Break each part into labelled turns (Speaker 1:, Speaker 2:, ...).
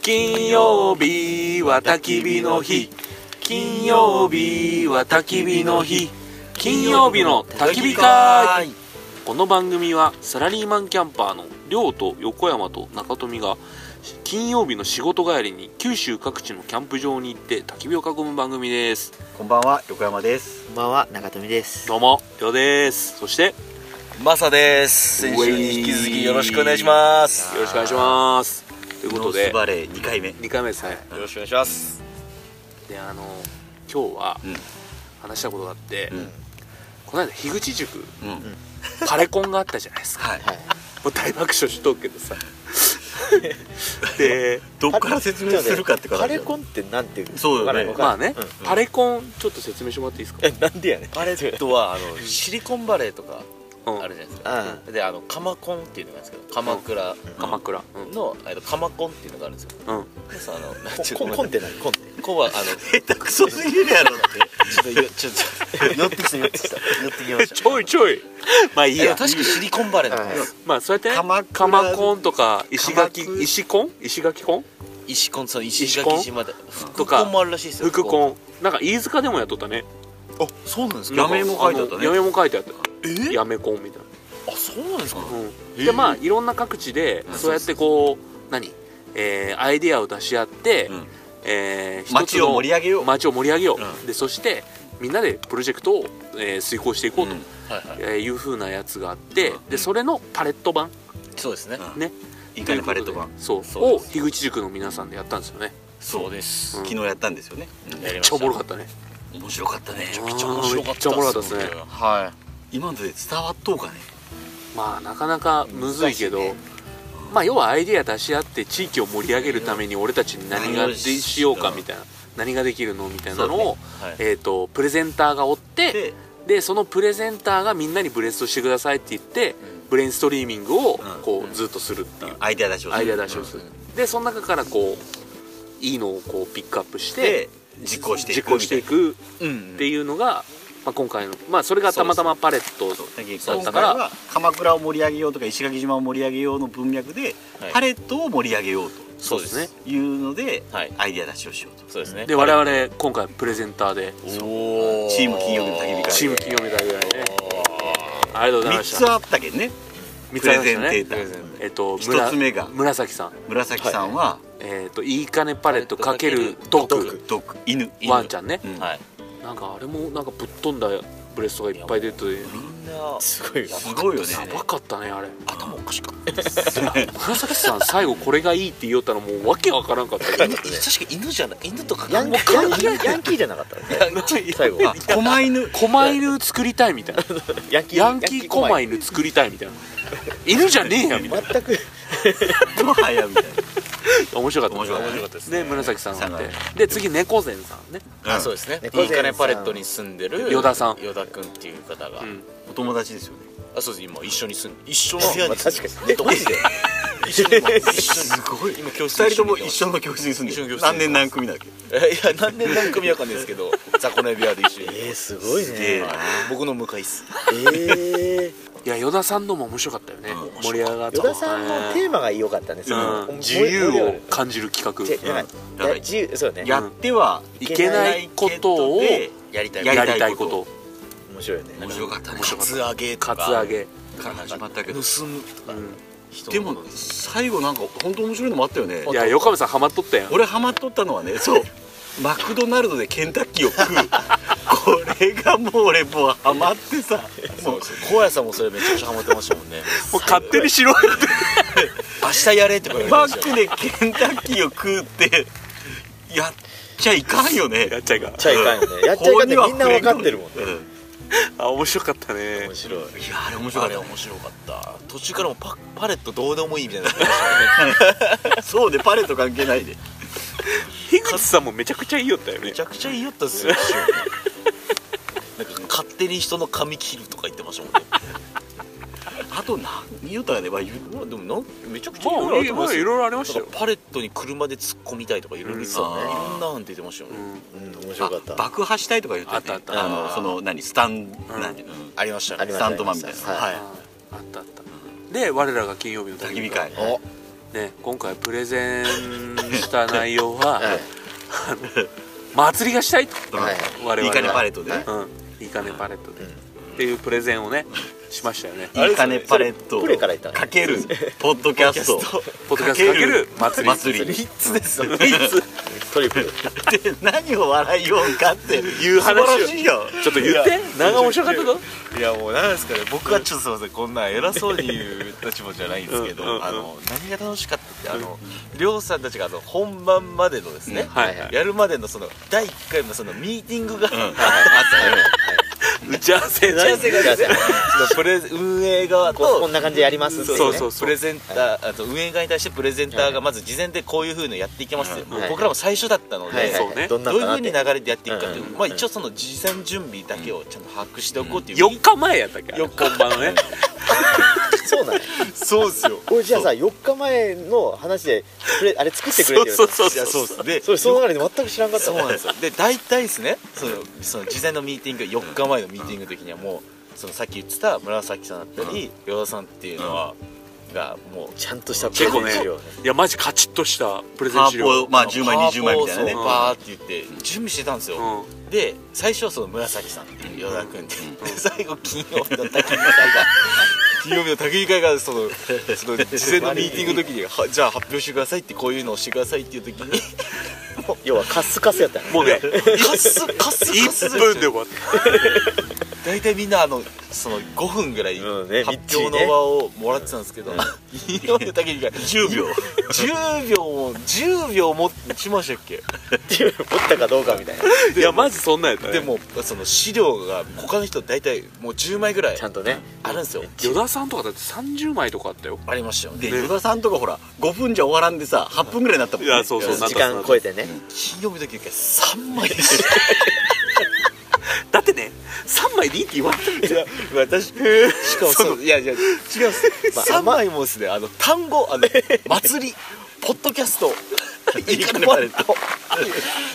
Speaker 1: 金曜日は焚き火の日金曜日は焚き火の日金曜日の焚き火会この番組はサラリーマンキャンパーの亮と横山と中富が金曜日の仕事帰りに九州各地のキャンプ場に行って焚き火を囲む番組です
Speaker 2: こんばんは横山です
Speaker 3: こんばんは長富です
Speaker 1: どうも亮ですそしてよ
Speaker 4: マサです先週に引き続きよろしくお願いします
Speaker 1: ろしくお願いしますというこ
Speaker 2: ノ
Speaker 1: と
Speaker 2: ー
Speaker 1: で
Speaker 2: スバレー2回目
Speaker 1: 2回目ですね、
Speaker 4: よろしくお願いします
Speaker 1: であの今日は
Speaker 2: うん
Speaker 1: 話したことがあって、
Speaker 2: うん
Speaker 1: この間樋口塾
Speaker 2: うん
Speaker 1: パレコンがあったじゃないですか
Speaker 2: はい
Speaker 3: はい
Speaker 1: もう大爆笑しとくけど さで
Speaker 2: どっから説明するかって感じ
Speaker 3: カレコンってなんていう
Speaker 2: そうよ
Speaker 3: わか
Speaker 2: ね
Speaker 3: らんわか
Speaker 1: ま
Speaker 3: ら
Speaker 1: あ
Speaker 3: ん
Speaker 1: ね、
Speaker 3: うん
Speaker 1: パレコンちょっと説明してもらっていいですか、
Speaker 4: えなんでやねんパレットはあのシリコンバレーとか
Speaker 1: うん
Speaker 4: あるじゃないですか、であのカマコンっていうのがあるんですけど鎌倉
Speaker 1: 鎌倉、うん
Speaker 4: の、えっとカマコンっていうのがあるんですよ
Speaker 1: うん、
Speaker 4: でさあのなん
Speaker 3: コ
Speaker 4: ちゅう
Speaker 3: コンコンって何コンって
Speaker 4: コンはあの
Speaker 2: 下手くそすぎるやろっ
Speaker 4: ちょっとよちょっと寄ってきた寄ってきた寄ってきました
Speaker 1: ちょいちょいまあいい
Speaker 4: いや
Speaker 1: や
Speaker 4: 確かシリコンバレーなんですよ
Speaker 1: まあそうやってね
Speaker 2: 鎌倉
Speaker 1: 鎌コンとか石垣
Speaker 2: 鎌倉
Speaker 1: 石コン石垣コン
Speaker 4: 石コンその石垣島で
Speaker 1: と
Speaker 4: 福
Speaker 1: か
Speaker 4: コンもあるらしいですよ
Speaker 1: 福コンなんか飯塚でもやっとったね
Speaker 4: あそうなんです
Speaker 2: やめも書いてあったね
Speaker 1: やめも書いてあった
Speaker 4: え
Speaker 1: やめコンみたいな
Speaker 4: あそうなんですか
Speaker 1: うん、でまあいろんな各地でそうやってこう何、えーアイディアを出し合って、
Speaker 2: うん
Speaker 1: えー
Speaker 2: て街を盛り上げよう
Speaker 1: 街を盛り上げよう、
Speaker 2: う
Speaker 1: でそしてみんなでプロジェクトを、えー遂行していこうと、
Speaker 2: うん
Speaker 4: はいはい
Speaker 1: えーいうふうなやつがあって、
Speaker 2: うん
Speaker 1: でそれのパレット版
Speaker 4: そうですね
Speaker 2: うん
Speaker 1: ね
Speaker 2: いかにパレット版
Speaker 1: そう
Speaker 4: そう
Speaker 1: を
Speaker 4: です
Speaker 1: 樋口塾の皆さんでやったんですよね
Speaker 4: そうです
Speaker 1: うん
Speaker 2: 昨日やったんですよね
Speaker 4: やり
Speaker 1: めっ
Speaker 4: まし
Speaker 1: ちゃ
Speaker 4: た
Speaker 1: おもろかったね
Speaker 2: 面白かったね
Speaker 1: ち
Speaker 4: め
Speaker 1: ょ
Speaker 4: ちゃくちゃ面白かった
Speaker 1: めっちゃおもろかったっすね
Speaker 4: 僕は
Speaker 2: 今ので伝わっとうかね
Speaker 1: まあなかなかむずいけど、
Speaker 3: 難しいね
Speaker 1: まあ要はアイデア出し合って地域を盛り上げるために俺たちに何がでしようかみたいな何ができるのみたいなのを、
Speaker 4: い、はい、
Speaker 1: えー、とプレゼンターがおって
Speaker 2: で
Speaker 1: でそのプレゼンターがみんなにブレストしてくださいって言ってブレインストリーミングを
Speaker 2: うん
Speaker 1: こうずっとするっていう
Speaker 2: アイデア出しをする
Speaker 1: アイデア出しをするでその中からこういいのをこうピックアップして
Speaker 2: で実行してい
Speaker 1: 実
Speaker 2: く
Speaker 1: 行していくっ
Speaker 4: うん
Speaker 1: ていうのが、まあ、今回の、まあ、それがたまたまパレット
Speaker 2: み
Speaker 1: だ
Speaker 2: たい
Speaker 1: っ
Speaker 2: な
Speaker 1: た
Speaker 2: だ
Speaker 1: か
Speaker 2: からら鎌倉を盛り上げようとか石垣島を盛り上げようの文脈で
Speaker 4: はい
Speaker 2: パレットを盛り上げようと
Speaker 4: そうですね
Speaker 2: いうので
Speaker 4: はい
Speaker 2: アイデア出しをしようと
Speaker 4: そうですね
Speaker 1: で我々今回プレゼンターで
Speaker 4: お
Speaker 2: チーム金曜日の焚き火会
Speaker 1: チーム金曜日だぐらいねありがとうござい
Speaker 2: 3
Speaker 1: まし
Speaker 2: つ
Speaker 1: た
Speaker 2: あったけんね
Speaker 1: 三
Speaker 2: プレゼン
Speaker 1: あり
Speaker 2: テ
Speaker 1: ま
Speaker 2: ー
Speaker 1: した
Speaker 2: タ
Speaker 1: ね
Speaker 2: ー
Speaker 1: えっと
Speaker 2: 一つ目が
Speaker 1: 紫さん
Speaker 2: 紫さんは
Speaker 1: えっといいかねパレットかけるド
Speaker 4: ド
Speaker 1: ク
Speaker 2: ドク犬
Speaker 1: ワンちゃんね
Speaker 2: うん
Speaker 4: はい
Speaker 1: なんかあれもなんかぶっ飛んだブレストがいっぱい出てて
Speaker 4: みんな
Speaker 3: すごい
Speaker 4: や
Speaker 2: すごいよね
Speaker 4: や
Speaker 1: やばかったねあれ
Speaker 4: 頭おかしかった
Speaker 1: 紫さん最後これがいいって言おったのもうわけわからんかったけど
Speaker 4: 犬確か犬じゃない犬とか
Speaker 3: ヤンキーヤンキーヤンキーじゃなかったのね最後は
Speaker 2: 狛犬
Speaker 1: 狛犬作りたいみたいな
Speaker 3: ヤンキー
Speaker 1: ヤンキー狛犬作りたいみたいな犬じゃねえやみたい
Speaker 3: 全く
Speaker 2: もはやみたい
Speaker 1: な面白かった
Speaker 2: 面白かった
Speaker 4: 面白かったです
Speaker 1: ね
Speaker 4: ね
Speaker 1: 紫さんがあって
Speaker 2: さんが
Speaker 1: で次猫善さんね
Speaker 2: な、
Speaker 4: あそう
Speaker 2: う
Speaker 4: ですね
Speaker 3: 猫
Speaker 4: い
Speaker 3: 背
Speaker 4: いかねパレットに住んでる
Speaker 1: 依田さん
Speaker 4: 依田君っていう方が、
Speaker 1: うん
Speaker 2: んお友達ですよね
Speaker 4: あそうです今一緒に住んで一緒の部屋に住んでる
Speaker 3: まあ確かに
Speaker 4: マジで一緒 に すごい今教室
Speaker 2: 二人とも
Speaker 4: 行って
Speaker 2: 一
Speaker 4: ます
Speaker 2: 緒の教室に住んで
Speaker 4: 一緒の教
Speaker 2: る
Speaker 4: 室
Speaker 2: 何年何組だっけ
Speaker 4: えいや何年何組やかんないですけど雑魚寝部屋で一緒に
Speaker 3: えー、すごいね
Speaker 2: げえな
Speaker 4: 僕の向かいっす
Speaker 3: ええ
Speaker 1: いや依田さんのも面白かったよね
Speaker 2: うん
Speaker 1: 盛り上がった
Speaker 3: 依田さんのテーマが良かったね、その
Speaker 1: うん
Speaker 2: 自由を
Speaker 3: 燃え
Speaker 1: 感じる企
Speaker 3: て
Speaker 1: 画
Speaker 3: なんか
Speaker 2: だから
Speaker 3: 自由そうだね
Speaker 2: やってはい
Speaker 1: けないことを
Speaker 2: で
Speaker 4: やりたい
Speaker 1: やりたいこと
Speaker 3: 面白いよね
Speaker 2: 面白かったね
Speaker 4: カツアゲと
Speaker 1: カ
Speaker 4: か
Speaker 1: ツアゲ
Speaker 2: から始まったけど
Speaker 4: 盗むとか
Speaker 1: うん
Speaker 4: 人の
Speaker 2: でも最後なんか本当面白いのもあったよね
Speaker 1: いや横山さんハマっとったやん
Speaker 2: 俺ハマっとったのはねそうマクドナルドでケンタッキーを食うこれがもう俺もうハマってさも
Speaker 4: そううそう高野さんもそれめちゃくちゃハマってましたもんね
Speaker 1: もう勝手にしろよって
Speaker 4: 明日やれとか言
Speaker 2: マ
Speaker 4: われ
Speaker 2: ッ
Speaker 4: て
Speaker 2: クでケンタッキーを食うってやっちゃいかんよね
Speaker 1: やっちゃいか
Speaker 3: やっちゃいかんよねやっちゃいかんってみんな分かってるもんね
Speaker 2: うんい
Speaker 1: あ面白かったね
Speaker 3: 面白い
Speaker 2: やあれ面白
Speaker 4: あ
Speaker 2: か
Speaker 4: れ
Speaker 2: っ
Speaker 4: 面白かった途中からもうパパレットどうでもいいみたいな
Speaker 2: たねそうでパレット関係ないで
Speaker 1: 樋口さんもめちゃくちゃいいよったよね
Speaker 4: めちゃくちゃいいやったっすよなんか勝手に人の髪切るとか言ってましたもんね
Speaker 2: あと何言うたらねまあ言う
Speaker 4: うわでもなんめちゃくちゃい
Speaker 1: ま
Speaker 4: ろ
Speaker 1: あ
Speaker 4: いろあっ
Speaker 1: い
Speaker 4: て
Speaker 1: ま
Speaker 4: ま
Speaker 1: あ
Speaker 4: す
Speaker 1: い
Speaker 4: よ
Speaker 1: ろいろありました
Speaker 4: なん
Speaker 1: よ
Speaker 4: かパレットに車で突っ込みたいとかいろいろ言ってたね
Speaker 2: うん
Speaker 4: いろんなん出てましたよ
Speaker 1: う
Speaker 4: ね、
Speaker 1: ん
Speaker 3: うん面白かった
Speaker 2: あ爆破したいとか言って
Speaker 1: あったあった
Speaker 2: あのその何スタン、何うん
Speaker 4: ありました
Speaker 3: あり
Speaker 4: ね
Speaker 3: まし
Speaker 2: ス
Speaker 3: た
Speaker 2: タントマンみたいな
Speaker 3: はい
Speaker 2: はい、
Speaker 1: ああったあったで我らが金曜日の
Speaker 2: 焚き火会
Speaker 3: お
Speaker 1: ね今回プレゼンした内容 は、
Speaker 3: はい
Speaker 1: 祭りがしたいと
Speaker 3: はい
Speaker 1: 我々
Speaker 2: いい
Speaker 1: は
Speaker 2: 金パレットでね
Speaker 1: うんいいかねパレットで、っていうプレゼンをねしましたよね
Speaker 4: うん
Speaker 2: いい金パレット
Speaker 3: プレからいたの
Speaker 2: かけるポッドキャスト
Speaker 1: ポッドキャストかける祭り
Speaker 2: 祭り
Speaker 3: リッツですよ
Speaker 2: いつ
Speaker 3: トリプ ル
Speaker 2: って何を笑いようかって
Speaker 1: いう話を
Speaker 2: 素晴らしいよ
Speaker 1: ちょっと言って何が面白かったの
Speaker 4: いやもうなんですかね僕はちょっとすいませんこんな偉そうに言う立場じゃないんですけど、
Speaker 1: うんうんうん
Speaker 4: あの何が楽しかったってあのりょうさんたちがあの本番までのですね、
Speaker 1: はい、
Speaker 3: はい
Speaker 4: やるまでのその第1回のそのミーティングが、
Speaker 2: ん
Speaker 4: あ
Speaker 1: 打ち合わせ
Speaker 4: 打
Speaker 1: な
Speaker 4: ち合
Speaker 1: い
Speaker 4: わせがですねそのプレゼン運営側
Speaker 3: こうことんな感じでやりますってい
Speaker 1: そう
Speaker 3: ね
Speaker 1: そう
Speaker 4: プレゼンター、あと運営側に対してプレゼンターがまず事前でこういうふうにやっていきますって、
Speaker 3: うん
Speaker 4: 僕らも最初だったので、
Speaker 3: はいはい
Speaker 1: そうね
Speaker 3: どんな
Speaker 4: ど
Speaker 3: ん
Speaker 4: うい
Speaker 3: か
Speaker 4: うふ
Speaker 3: なっ
Speaker 4: う
Speaker 3: て
Speaker 4: に流れてやっていくかっていう、
Speaker 3: うん
Speaker 4: まあ、一応その事前準備だけをちゃんと把握しておこうっていう、
Speaker 1: 4日前やったっけ4日前のね
Speaker 3: そうなんや
Speaker 4: そうですよ
Speaker 3: これじゃあさ4日前の話でプレあれ作ってくれてる
Speaker 1: そうそう
Speaker 4: いやそうですで
Speaker 3: それその中で全く知らんかった
Speaker 4: そう
Speaker 3: もん
Speaker 4: なんですよで大体ですねそのその事前のミーティング4日前のミーティングの時にはもうそのさっき言ってた紫さんだったり与田さんっていうのは、がもう
Speaker 3: ちゃんとしたプ
Speaker 1: 結
Speaker 3: レゼ
Speaker 1: 構
Speaker 3: ン
Speaker 1: ね
Speaker 3: 資料ね
Speaker 1: いやマジカチッとしたプレゼ
Speaker 2: パ
Speaker 1: ン資
Speaker 2: ーポ
Speaker 1: 料
Speaker 2: をまあ10枚20枚みたいなね
Speaker 4: パーポーをそうバーって言って準備してたんですよ、
Speaker 1: うん
Speaker 4: で最初はその紫さんっていう与田君で、で 最後金曜日の焚き火会が金曜日の焚き火会がそ のその事前のミーティングの時にはじゃあ発表してくださいってこういうのをしてくださいっていう時に
Speaker 3: 要はカッスカスやったんや
Speaker 1: も うね
Speaker 4: カスカスカス
Speaker 1: 1分で終わっ
Speaker 4: 大体みんなあのその5分ぐらい
Speaker 3: うんね
Speaker 4: 発表の場をもらってたんですけど金曜日の焚き火会
Speaker 2: 10秒
Speaker 4: 10秒も10秒もしましたっけ
Speaker 3: っていう持ったかどうかみたいな
Speaker 1: たいやマジそんなんやったね
Speaker 4: でもその資料が他の人大体もう10枚ぐらい
Speaker 3: ちゃんとね
Speaker 4: あるんですよ
Speaker 1: 依田さんとかだって30枚とかあったよ
Speaker 4: ありましたよね
Speaker 2: で依田さんとかほら5分じゃ終わらんでさ8分ぐらいになったもん
Speaker 1: い
Speaker 2: ね
Speaker 1: やそうそうなった
Speaker 3: 時間超えてね
Speaker 4: 金曜日の時が3枚でし
Speaker 1: だってね3枚でいいって言われたんだよ
Speaker 4: たいや私しかもそういやいや違うんです
Speaker 3: まあ
Speaker 4: 3枚もですねあの単語 あの祭りポッドキャス ト
Speaker 2: いいかねパレット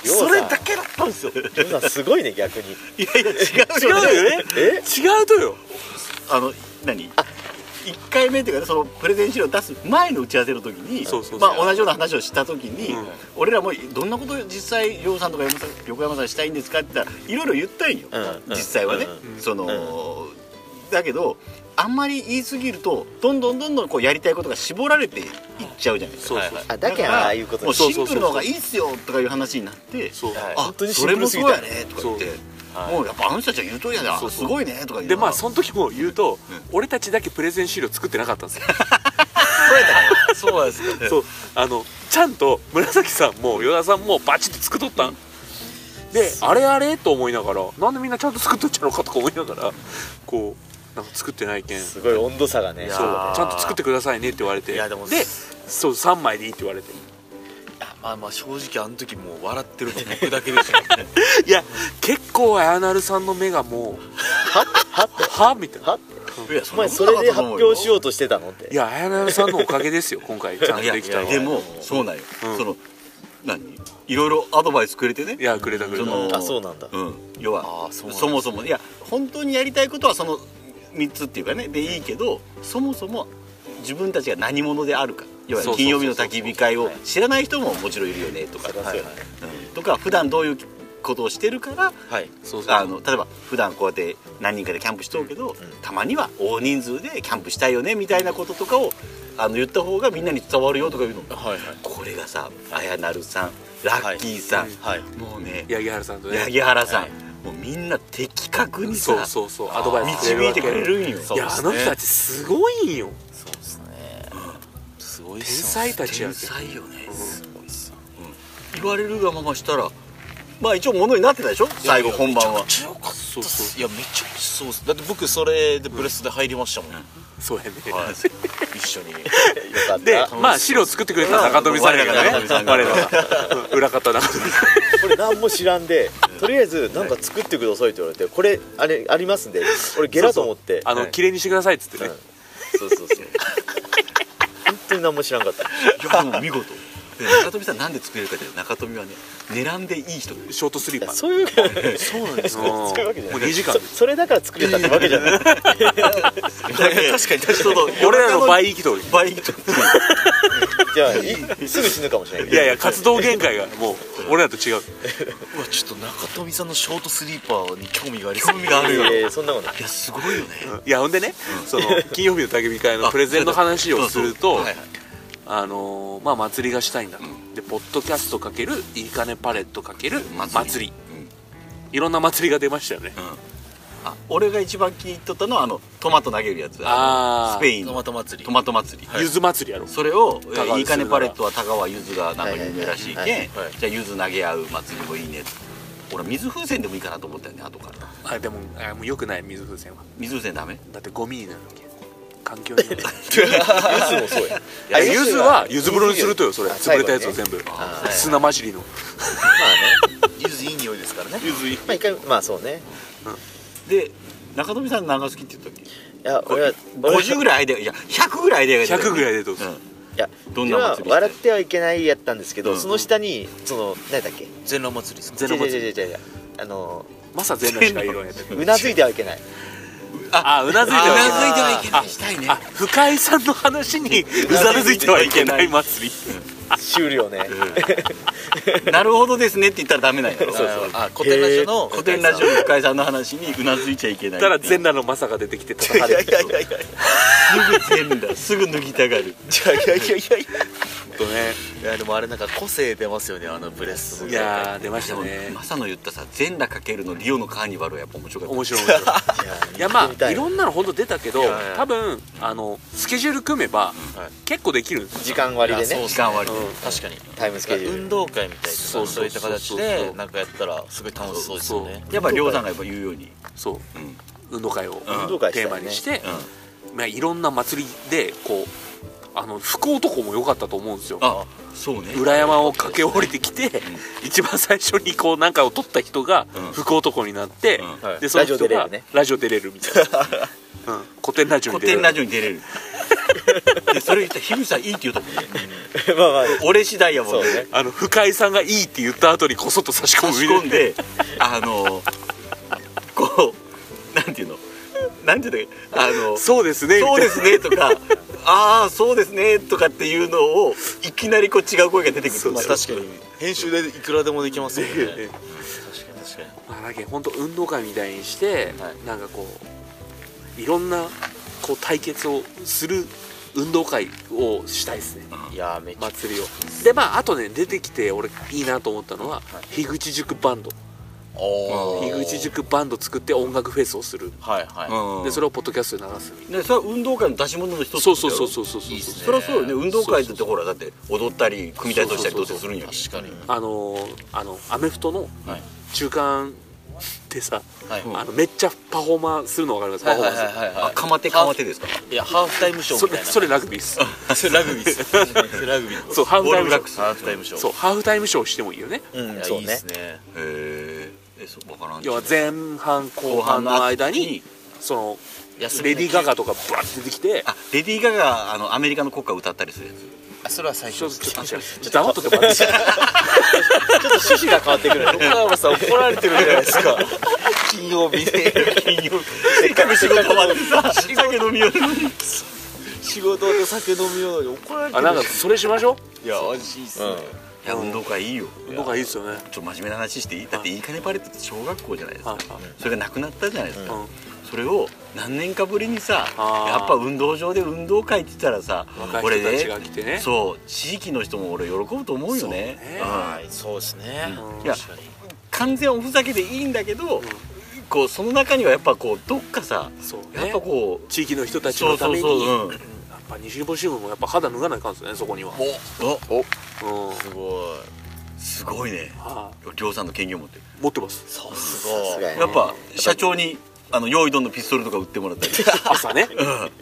Speaker 3: 要はさ
Speaker 4: それだけだったんですよ
Speaker 3: ジョンさんすごいね逆に
Speaker 2: いやいや違う
Speaker 1: 違う
Speaker 2: よね
Speaker 1: よね
Speaker 3: え
Speaker 1: 違うとよ
Speaker 2: あの何1回目っていうかねそのプレゼン資料出す前の打ち合わせの時に
Speaker 1: そうそうそう
Speaker 2: まあ、同じような話をした時に、
Speaker 1: うん
Speaker 2: 俺らもどんなこと実際亮さんとか山さん横山さんしたいんですかって言ったらいろいろ言ったんよ、
Speaker 3: うん
Speaker 2: 実際はね、
Speaker 1: うん
Speaker 2: その、だけどあんまり言い過ぎるとどんどんどんどんこうやりたいことが絞られていっちゃうじゃないですか、
Speaker 1: そうそうそう
Speaker 2: はいはい
Speaker 3: あだけんああいうこと
Speaker 2: もう
Speaker 1: そう
Speaker 2: シ
Speaker 1: そうそう
Speaker 2: ンプルの方がいいっすよとかいう話になって
Speaker 1: そう
Speaker 4: はい
Speaker 2: あ
Speaker 3: 本当にシ
Speaker 2: そ
Speaker 3: ンプ
Speaker 2: れも
Speaker 3: ルすぎ
Speaker 2: そう
Speaker 3: た
Speaker 2: やねとか言って
Speaker 4: はい
Speaker 2: もうやっぱあの人たちが言うとりやな
Speaker 1: そうそう
Speaker 2: すごいねとか言う
Speaker 1: でまあそ
Speaker 2: ん
Speaker 1: の時も言うと、
Speaker 2: うん
Speaker 1: 俺たちだけプレゼン資料作ってなかったんですよ
Speaker 4: そうなんですよ
Speaker 1: そうあのちゃんと紫さんも与田さんもバチッと作っとったんであれあれと思いながらなんでみんなちゃんと作っとっちゃうのかとか思いながらこうなんか作ってないけんそ
Speaker 3: すごい温度差がね
Speaker 1: う
Speaker 4: い
Speaker 1: ち
Speaker 4: や
Speaker 3: そう
Speaker 1: ゃんと作ってくださいねって言われて
Speaker 4: いやでも
Speaker 1: そう3枚でいいって言われて
Speaker 4: まあまあ正直あの時もう笑ってるの僕だけでしたね
Speaker 1: いや結構綾成さんの目がも
Speaker 3: はは
Speaker 1: うはみたいな
Speaker 3: はっ
Speaker 2: いやそ
Speaker 3: お
Speaker 2: ん
Speaker 3: 前
Speaker 2: なこ
Speaker 3: そ
Speaker 2: となか
Speaker 3: れ
Speaker 2: っ
Speaker 3: で
Speaker 2: たと
Speaker 3: 発
Speaker 2: 思うよ
Speaker 3: 表しようとしてたのって
Speaker 1: いや綾成さんのおかげです よ今回ちゃんとできたのはい
Speaker 2: やでもそうなんよ、
Speaker 1: うん
Speaker 2: その何いろいろアドバイスくれてね
Speaker 1: いやくれたくれ
Speaker 2: そ
Speaker 1: た
Speaker 2: の
Speaker 3: あそうなんだ
Speaker 2: うん要は
Speaker 4: あーそう
Speaker 2: そ
Speaker 4: なんだ
Speaker 2: もそもいや本当にやりたいことはその3つっていうかねでいいけどそもそも自分たちが何者であるか要は
Speaker 1: そうそうそうそう
Speaker 2: 金曜日の焚き火会を知らない人ももちろんいるよねとか、
Speaker 3: そりゃ
Speaker 2: は
Speaker 3: そう
Speaker 2: い
Speaker 3: や
Speaker 2: はいうんとか普段どういうことをしてるから
Speaker 4: はい
Speaker 1: そうそう
Speaker 2: あの例えば普段こうやって何人かでキャンプしとうけど、たまには大人数でキャンプしたいよねみたいなこととかをあの言った方がみんなに伝わるよとかいうの、
Speaker 4: はい
Speaker 2: これがさ綾成さんラッキーさん、
Speaker 4: はい
Speaker 2: もうね
Speaker 1: 八木原さんとね
Speaker 2: 八木原さん、
Speaker 4: はい
Speaker 2: もうみんな的確にさ
Speaker 1: そうそうそうアドバイス
Speaker 2: 導いてくれ
Speaker 1: る
Speaker 2: るんよ
Speaker 4: そ
Speaker 1: わけいや
Speaker 4: うで
Speaker 1: あ
Speaker 4: すね
Speaker 1: の人たちすごいんよ
Speaker 4: そうですねすごい
Speaker 1: 天
Speaker 4: っすよ
Speaker 1: 才
Speaker 4: ね
Speaker 1: たちやけん
Speaker 2: 天才よね、
Speaker 1: うん
Speaker 4: すごいっすよ
Speaker 2: 言われるがまましたらまあ一応ものになってたでしょ最後本番は
Speaker 4: めちゃくちゃ良かった
Speaker 1: そう
Speaker 4: っす
Speaker 1: そ
Speaker 4: いやめちゃくちゃそうっすだって僕それでブレストで入りましたもん
Speaker 1: うそうやね
Speaker 4: はい一緒に
Speaker 3: よかった
Speaker 1: で まあ資料作ってくれた中富さんやけどね
Speaker 2: 我らが中富さんが
Speaker 1: 我らがうん裏方中富さん
Speaker 3: 俺何も知らんでとりあえずなんか作ってくださいって言われてこれあれありますんで俺ゲラと思って
Speaker 1: あの
Speaker 4: はい
Speaker 1: 綺麗にしてくださいっつってね
Speaker 3: そうそうそう本当に何も知らんかった
Speaker 2: いやでも見事で中富さんなんで作れるかっていうと中富はね狙んでいい人で
Speaker 1: ショートスリーパー
Speaker 3: そういう
Speaker 2: そうなんです
Speaker 1: うん
Speaker 3: そういうわけじゃない
Speaker 1: もう2時間
Speaker 3: そそれだから作れたってわけじゃない
Speaker 2: 確かに確か に
Speaker 1: 俺らの倍生きとる
Speaker 2: 倍以上
Speaker 3: いやいすぐ死ぬかもしれない
Speaker 1: いやいや活動限界がもう俺らと違う
Speaker 4: うわちょっと中富さんのショートスリーパーに興味がありそう興味
Speaker 3: いやいやそんなことない
Speaker 4: いやすごいよね
Speaker 1: いやほんでねその金曜日の焚き火会のプレゼンの話をすると
Speaker 4: そうだはいはい
Speaker 1: あのーまあ祭りがしたいんだと、でポッドキャストかけるいいかねパレットかける祭り
Speaker 4: うん
Speaker 1: いろんな祭りが出ましたよね
Speaker 2: あ俺が一番気に入っとったのはあのトマト投げるやつ
Speaker 1: あー
Speaker 2: あのスペイン
Speaker 4: ト
Speaker 2: の
Speaker 4: マト祭り
Speaker 2: トマト祭り、
Speaker 1: ゆず祭りやろ
Speaker 2: それを
Speaker 1: 香川
Speaker 2: いいかねパレットは田川ゆずがなんか有名らしい
Speaker 3: はいはい
Speaker 2: けん
Speaker 4: はいはい
Speaker 2: じゃあゆず投げ合う祭りもいいね俺水風船でもいいかなと思ったよね後から
Speaker 1: あでもあもうよくない水風船は
Speaker 2: 水風船ダメ
Speaker 1: だってゴミになるわけ環境になる
Speaker 3: ゆずもそうや
Speaker 1: あゆずはゆず風呂にするとよそれ
Speaker 3: あ
Speaker 1: 潰れたやつを
Speaker 3: 最
Speaker 1: 全
Speaker 3: 後
Speaker 1: 部
Speaker 3: あー
Speaker 1: 砂混じりの
Speaker 3: まあね
Speaker 4: ゆずいい匂いですからね
Speaker 1: ゆずい
Speaker 3: まあ一回まあそうね
Speaker 2: で中富さん何が好きって言ったっけ
Speaker 3: いや俺は
Speaker 2: 50ぐ
Speaker 3: らい
Speaker 2: らいアイデアいや100ぐらいアイデアが出た
Speaker 1: 100ぐらい
Speaker 2: い
Speaker 1: でどうぞ
Speaker 3: いや
Speaker 2: どんな祭り
Speaker 3: 俺は笑ってはいけないやったんですけど、
Speaker 2: うん
Speaker 3: その下にその何だっけ
Speaker 4: 全裸祭りですか
Speaker 1: 全裸祭り
Speaker 3: 違う違う違う違うあの
Speaker 1: マサ全裸しか色んやってる
Speaker 3: うなずいてはいけない
Speaker 1: あうなずいて
Speaker 2: う
Speaker 1: は
Speaker 2: なずいてはいけ
Speaker 1: あ
Speaker 2: ないしたい
Speaker 1: い
Speaker 2: ね
Speaker 1: あ深井さんの話にうなずいてはいけない祭り
Speaker 3: 終了ね
Speaker 2: なるほどですねって言ったらダメなんやろ
Speaker 4: そうそうあ古典ラジオの
Speaker 2: 古典ラジオの深井さんの話にうなずいちゃいけない
Speaker 1: たら全裸のマサが出てきて叩かれる
Speaker 3: いやいや
Speaker 2: すぐ全裸すぐ脱ぎたが
Speaker 3: いや
Speaker 2: る
Speaker 3: いやいやい
Speaker 1: とね
Speaker 4: いやでもあれなんか個性出ますよねあのブレス
Speaker 1: いやー出ましたね
Speaker 2: でもマサの言ったさ全裸かけるのリオのカーニバルはやっぱ面白かった
Speaker 1: 面白い面白いいやまあいろ
Speaker 3: ん
Speaker 1: んなの本当出たけど
Speaker 4: やいや
Speaker 1: 多分あのスケジュール組めば
Speaker 4: はい
Speaker 1: 結構できるんですよ
Speaker 3: 時間割で
Speaker 4: いやそう
Speaker 3: ね
Speaker 4: っ
Speaker 2: 時間割で、
Speaker 1: うん
Speaker 4: 確かに
Speaker 3: タイムスケジュール
Speaker 4: 運動会みたい
Speaker 1: そ
Speaker 4: なそうう
Speaker 1: そうそう
Speaker 4: いった形
Speaker 1: そうそ
Speaker 4: で
Speaker 1: う
Speaker 4: なんかやったらすごい楽しそうですよね
Speaker 2: やっぱり亮さんがやっぱ言うように
Speaker 1: そううん運動会を
Speaker 2: うん
Speaker 3: 運動会したい
Speaker 1: テ
Speaker 3: ね
Speaker 1: ーマにしてまあいろんな祭りでこうあの福男も良かったと思うんですよ
Speaker 2: あそうね
Speaker 1: 裏山を駆け下りてきて、一番最初にこうなんかを取った人が
Speaker 2: うん
Speaker 1: 福男になって、
Speaker 2: うん
Speaker 3: はい
Speaker 1: でその人
Speaker 3: ラジオ出れ
Speaker 1: が
Speaker 3: るね
Speaker 1: ラジオ出れるみたい な、うん、古典ラジオに出れる
Speaker 2: 古典ラジオに出れるいやそれ言ったら樋口さんいいって言うと思うね
Speaker 3: まあまあ
Speaker 2: 俺次第やもん
Speaker 3: そう
Speaker 2: ね
Speaker 3: ね
Speaker 1: あの深井さんがいいって言った後にこそっと差し込
Speaker 2: 差
Speaker 1: む
Speaker 2: し
Speaker 1: みた
Speaker 2: 込
Speaker 1: い
Speaker 2: ん
Speaker 1: な
Speaker 2: であのこうなんていうのなんていうのあの
Speaker 1: そうですねみたい
Speaker 2: そう
Speaker 1: な
Speaker 2: ですねとかああそうですねとかっていうのをいきなりこう違う声が出てくる
Speaker 4: まあ確かに編集でいくらでもできますよね確かに確かに
Speaker 1: まあ、だけど本当運動会みたいにして、
Speaker 4: はい
Speaker 1: なんかこういろんなこう対決をする運動会をしたいですね
Speaker 4: いやーめっちゃ
Speaker 1: 祭りをでまああとね出てきて俺いいなと思ったのは、樋口塾バンド
Speaker 4: お
Speaker 1: 樋口塾バンド作って音楽フェスをする
Speaker 4: はいは
Speaker 2: うん
Speaker 1: でそれをポッドキャストで流すみたい
Speaker 2: ねそれは運動会の出し物の一つだ
Speaker 1: な
Speaker 2: よ
Speaker 1: そうそうそうそうそうそう
Speaker 4: いいっすね
Speaker 2: そりゃそうよね運動会だってほらだって踊ったり組み体操したりどうせするん
Speaker 4: い
Speaker 2: や
Speaker 4: 確かに
Speaker 1: あのーあのアメフトの
Speaker 4: はい
Speaker 1: 中間でさ、
Speaker 4: はい
Speaker 1: あのめっちゃパフォーマーするの分かりますパ
Speaker 4: はい
Speaker 1: フォ
Speaker 4: は
Speaker 1: ーマンス
Speaker 4: いはいは
Speaker 2: あ
Speaker 4: い
Speaker 2: 釜手釜手ですか
Speaker 4: いやハーフタイムショー
Speaker 1: そ
Speaker 4: みたい
Speaker 1: れ
Speaker 4: な
Speaker 1: それラグビーっす
Speaker 4: あそれラグビーです確かに それラグビー
Speaker 1: そうハー
Speaker 2: オ
Speaker 1: フ
Speaker 2: ー
Speaker 1: タイ
Speaker 2: ル
Speaker 1: ムシ
Speaker 2: ブ
Speaker 1: ョ
Speaker 2: ラック
Speaker 1: ー
Speaker 2: ス
Speaker 4: ハーフタイムショー
Speaker 1: そうハーフタイムショーしてもいいよね
Speaker 3: う
Speaker 4: い
Speaker 3: ん
Speaker 4: や
Speaker 3: そ
Speaker 4: いういで
Speaker 3: ね
Speaker 4: すね
Speaker 2: へーえそうわからん
Speaker 1: 要は前半後半の間にその
Speaker 4: 休み
Speaker 1: レ
Speaker 4: の日
Speaker 1: ディー・ガガとかバッて出てきて
Speaker 2: あレディー・ガガあのアメリカの国歌歌ったりするやつ
Speaker 4: あそれは最
Speaker 1: ちょ
Speaker 4: 初
Speaker 1: っとちょっとちょっ
Speaker 4: ち
Speaker 1: と黙っとけば
Speaker 3: ちょっと趣旨が変わってくる ね
Speaker 4: ょっとさん怒られてるじゃないですか 金曜 日で
Speaker 2: せっかく仕事終わってさ 酒飲みよるのに
Speaker 4: 仕事で酒飲みように怒られて
Speaker 1: あ
Speaker 4: る
Speaker 1: なんかそれしましょ
Speaker 4: いやマジいいっすね
Speaker 2: いや運動会いいよ
Speaker 1: うのがいいですよね
Speaker 2: ちょっと真面目な話していいだっていいかねパレットって小学校じゃないです
Speaker 1: は
Speaker 2: か
Speaker 1: いはい
Speaker 2: それがなくなったじゃないですか、
Speaker 1: うん
Speaker 2: それを何年かぶりにさ
Speaker 1: あー
Speaker 2: やっぱ運動場で運動会って言ったらさ
Speaker 1: 若い
Speaker 2: 俺
Speaker 1: 人たちが来てね
Speaker 2: そう地域の人も俺喜ぶと思う
Speaker 1: そ
Speaker 2: よね
Speaker 1: うね
Speaker 2: うん
Speaker 4: はいそうですね
Speaker 1: うん
Speaker 2: いや
Speaker 4: 確かに
Speaker 2: 完全おふざけでいいんだけど、こうその中にはやっぱこうどっかさ、
Speaker 1: そうね
Speaker 2: やっぱこう
Speaker 1: 地域の人たちのために
Speaker 2: そうそうそううん
Speaker 1: やっぱ西日本新聞もやっぱ肌脱がないかんですねそこには
Speaker 4: お
Speaker 1: うん
Speaker 4: すごい
Speaker 2: すごいね
Speaker 1: は
Speaker 2: 亮さんの権限持ってる
Speaker 1: い持ってます
Speaker 4: そうすごい
Speaker 3: や
Speaker 2: やっぱ社長にあの用意どんのピストルとか売っても らったり
Speaker 1: 朝ね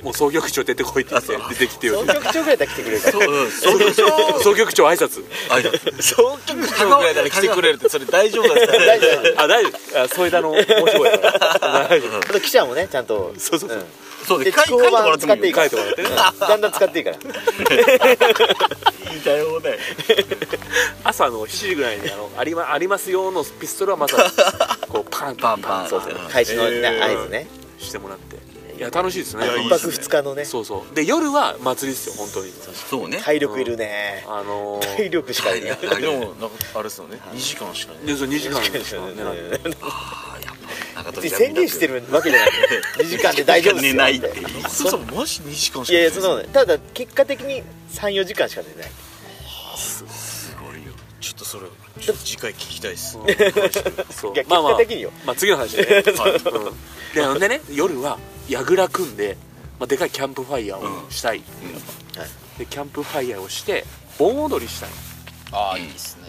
Speaker 1: もう総局長出てこいって言って出てきてよ
Speaker 3: 総局長ぐらいだ来てくれるから
Speaker 2: そううんそう
Speaker 1: 総局長挨拶
Speaker 2: あいや
Speaker 4: 総局長ぐらいなら来てくれるってそれ大丈夫だった
Speaker 3: 大丈夫
Speaker 1: あ大丈夫あ添田の申し子やから大丈夫
Speaker 3: あと記者もねちゃんと
Speaker 1: そうそうそうん
Speaker 2: そうで
Speaker 3: で
Speaker 2: 書い
Speaker 3: 地
Speaker 2: 書いて
Speaker 3: 高
Speaker 2: もら
Speaker 3: 版
Speaker 2: って
Speaker 3: 使
Speaker 2: も
Speaker 3: って
Speaker 2: い
Speaker 3: いい
Speaker 2: いよ
Speaker 3: か
Speaker 1: 書い
Speaker 3: ら
Speaker 1: てもらってね
Speaker 3: だんだん使っていいから
Speaker 2: いいだよだよ
Speaker 1: 朝の7時ぐらいにあのありまありますよのピストルはまさにこうパンパンパン
Speaker 2: パンパン
Speaker 1: そう
Speaker 3: そうそう開始のね合図ね
Speaker 1: してもらって
Speaker 3: い
Speaker 1: いや楽しいですね
Speaker 4: いやい
Speaker 3: 一
Speaker 4: いっ
Speaker 3: 泊
Speaker 4: すね
Speaker 3: 二日のね
Speaker 1: そうそうで夜は祭りですよ本当に
Speaker 4: そうね
Speaker 3: 体力いるね
Speaker 1: あの ー
Speaker 3: 体力しかいない
Speaker 4: あでもなんかあれですよね2時間しかね
Speaker 1: でその2時間ですかね
Speaker 2: なんか
Speaker 3: 別に
Speaker 2: 時々
Speaker 3: 宣言してるわけじゃない2時間で大丈夫です よ
Speaker 2: 寝ないっていう
Speaker 4: そもそもマジ2時間しか
Speaker 3: いやいやそんなことないただ結果的に34時間しか寝ない
Speaker 4: ちょっとそれちょっと次回聞きたいっす
Speaker 1: そう
Speaker 3: いや
Speaker 1: まあまあ
Speaker 3: 結果的によ
Speaker 1: まあ次の 話でね、うん、でほんでね夜は櫓組んで、まあ、でかいキャンプファイヤーをしたい、
Speaker 3: はい
Speaker 1: でキャンプファイヤーをして盆踊りしたい
Speaker 4: ああいいですね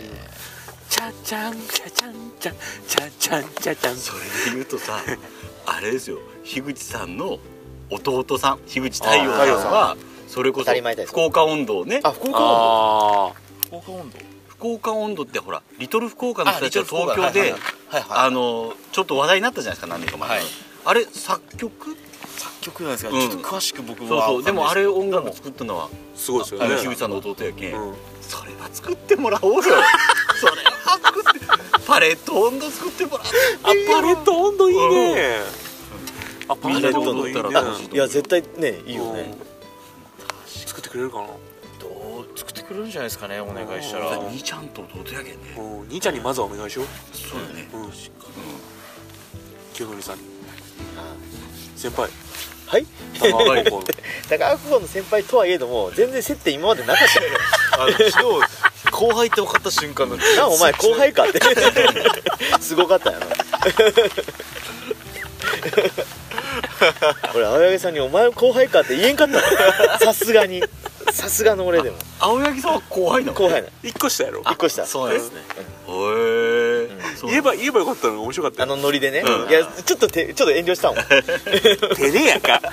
Speaker 1: チャチャンチャチャンチャチャチャンチャチャン
Speaker 2: それで言うとさあれですよ樋口さんの弟さん樋口太陽さんはそれこ
Speaker 3: 当
Speaker 2: そ
Speaker 3: たり前です
Speaker 2: 福岡温度をね
Speaker 3: あ福岡は
Speaker 1: あ
Speaker 4: 福岡温度
Speaker 2: 福岡温度ってほらリトル福岡の人たちが東京で
Speaker 4: はいは
Speaker 2: あ
Speaker 4: い
Speaker 2: のちょっと話題になったじゃないですか何年か前、
Speaker 4: はい
Speaker 2: あれ作曲
Speaker 4: 作曲なんですか
Speaker 2: うん
Speaker 4: ちょっと詳しく僕
Speaker 2: そう
Speaker 4: は
Speaker 2: そうでもあれ音楽
Speaker 4: でも
Speaker 2: 作ったのは
Speaker 1: あすごいですよ
Speaker 2: あ
Speaker 1: ね
Speaker 2: の樋口さんの弟やけん、
Speaker 1: うん
Speaker 2: それは作ってもらおうよそれは作ってパレット温度作ってもらって
Speaker 1: あパレット温度いいねあパレット温度いいね
Speaker 2: パレット温度だったら楽しい
Speaker 3: いや絶対ねいいよね
Speaker 1: うん作ってくれるかな
Speaker 4: どう作ってくれるんじゃないですかねお願いしたら
Speaker 1: うん
Speaker 2: 兄ちゃんと弟やけんね
Speaker 1: うん兄ちゃんにまずはお願いしよう
Speaker 2: そうだね、
Speaker 1: うん清則さんに先輩
Speaker 3: はい
Speaker 1: 玉川高校
Speaker 3: 高岡高校の先輩とはいえども全然接点今までなかったよ
Speaker 4: あの昨日後輩って分かった瞬間の
Speaker 3: なお前後輩かって すごかったよな俺青柳さんに「お前後輩か」って言えんかったのさすがにさすがの俺でも
Speaker 2: 青柳さんは後輩なの
Speaker 3: 後輩な
Speaker 1: 一個下やろ
Speaker 3: 1個下
Speaker 4: そうなんですね
Speaker 2: へえ、そう
Speaker 1: 言えば言えばよかったのが面白かった
Speaker 3: あ
Speaker 1: よ
Speaker 3: のノリでね、
Speaker 2: うん
Speaker 3: いやちょっとてちょっと遠慮したもん俺
Speaker 1: てねやか
Speaker 3: ら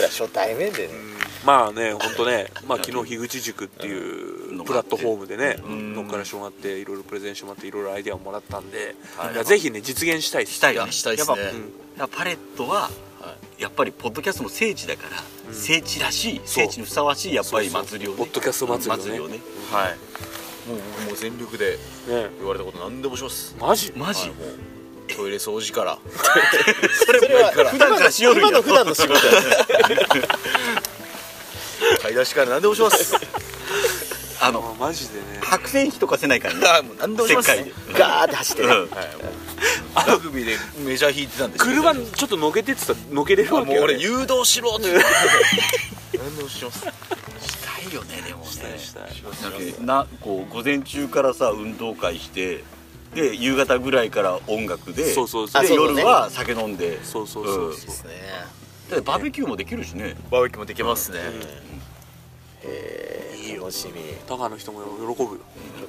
Speaker 3: 初対面でね
Speaker 1: まあね本当ねまあ昨日樋口塾っていうプラットフォームでね
Speaker 4: ん
Speaker 1: 乗っからしてもらっていろいろプレゼンしてもらっていろいろアイデアをもらったんで
Speaker 4: はい
Speaker 1: いやぜひね実現したいです
Speaker 2: したい
Speaker 4: い
Speaker 2: よ
Speaker 4: や
Speaker 2: ね
Speaker 4: したいっす
Speaker 2: や
Speaker 4: ね
Speaker 2: っぱ
Speaker 1: うん
Speaker 2: やっぱパレットはやっぱりポッドキャストの聖地だから、聖地らしい
Speaker 1: そう
Speaker 2: 聖地にふさわしいやっぱり祭りをね
Speaker 1: そうそうポッドキャスト祭りをね
Speaker 2: をね
Speaker 4: はいもう僕もう全力で
Speaker 1: ね
Speaker 4: 言われたこと何でもします
Speaker 1: マジ
Speaker 2: マジ、
Speaker 4: はいもうトイレ掃除から
Speaker 2: それ
Speaker 3: それは
Speaker 2: 普段からしよるんや
Speaker 3: 今の普段の仕事や
Speaker 4: 買い出しから何でもします
Speaker 2: あの
Speaker 1: あマジでね
Speaker 2: 白線費とかせない からね
Speaker 4: あもう何でもし
Speaker 2: 世
Speaker 4: ます
Speaker 2: 界で、
Speaker 3: ガーって走って、
Speaker 2: うん
Speaker 4: はいもうラグビーでメジャー引いてたんで
Speaker 1: 車
Speaker 4: あも
Speaker 1: ちょっとのけてってたらのけれるわ
Speaker 4: う
Speaker 1: けよ
Speaker 4: 俺
Speaker 1: ね
Speaker 4: 誘導しろって言われて何でもします
Speaker 2: したいよねでもね
Speaker 1: したい
Speaker 2: なんかなこう午前中からさ運動会してで夕方ぐらいから音楽で
Speaker 1: そうそうそう
Speaker 2: で
Speaker 3: あそうそう
Speaker 2: 夜は酒飲んで
Speaker 1: そうそうそうんそう
Speaker 4: ね
Speaker 2: だってバーベキューもできるしね
Speaker 4: バーベキューもできますね
Speaker 3: えー楽しみ
Speaker 1: 高の人も喜ぶよ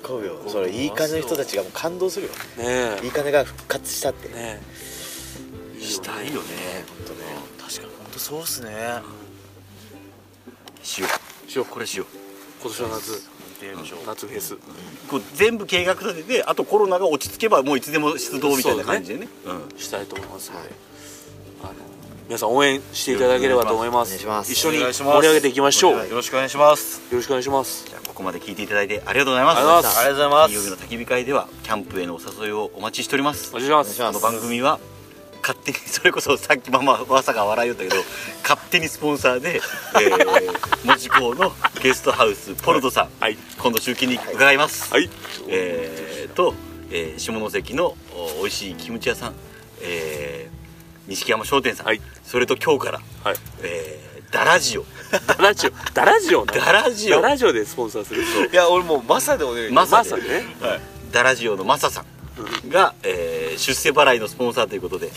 Speaker 3: 喜ぶよそれいい金の人たちがもう感動するよ
Speaker 1: ね
Speaker 3: いい金が復活したって
Speaker 1: えねえいいよ
Speaker 2: したいよね
Speaker 3: ほんとね
Speaker 4: 確かに本当そうっすね
Speaker 2: しようしようこれしよう
Speaker 1: 今年の夏
Speaker 4: でしょ
Speaker 1: 夏フェス
Speaker 2: こう全部計画立ててあとコロナが落ち着けばもういつでも出動みたいな感じでね
Speaker 1: したいと思います、あの皆さん応援していただければと思います
Speaker 3: お願いします
Speaker 1: 一緒に
Speaker 4: お願いします
Speaker 1: 盛り上げていきましょう、
Speaker 4: よ
Speaker 1: よ
Speaker 4: ろしくお願いします
Speaker 1: ろしくお願いします
Speaker 2: じゃあここまで聞いていただいてありがとうございます
Speaker 1: ありがとうございます
Speaker 4: ありがとうございます
Speaker 2: 金曜日の焚き火会ではキャンプへのお誘いをお待ちしております
Speaker 1: お願いします
Speaker 3: お願いしま
Speaker 2: この番組は勝手に それこそさっきママわさが笑いよったけど勝手にスポンサーで、えー、門司港のゲストハウスポルトさん、
Speaker 1: はい
Speaker 2: 今度集金に伺います、
Speaker 1: はい
Speaker 2: えー、と、えー下関のお美味しいキムチ屋さん、えー、錦山商店さん、
Speaker 1: はい
Speaker 2: それと今日から、
Speaker 1: はい
Speaker 2: えー、ダラジ オ
Speaker 1: ダラジオダラジオな
Speaker 2: ダラジオ
Speaker 1: ダラジオでスポンサーする
Speaker 4: いや俺もうマサでお願いしま
Speaker 2: マ
Speaker 4: す
Speaker 2: サ
Speaker 1: ま
Speaker 2: で
Speaker 1: さにね
Speaker 2: ダラジオのマサさんが、えー出世払いのスポンサーというこ とで、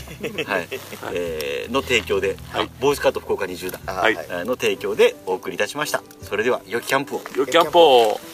Speaker 2: はいえーの提供で、
Speaker 1: はい
Speaker 2: ボーイスカート福岡20段
Speaker 3: あー
Speaker 1: はい
Speaker 2: の提供でお送りいたしましたそれでは良きキャンプを
Speaker 1: よっキャンポー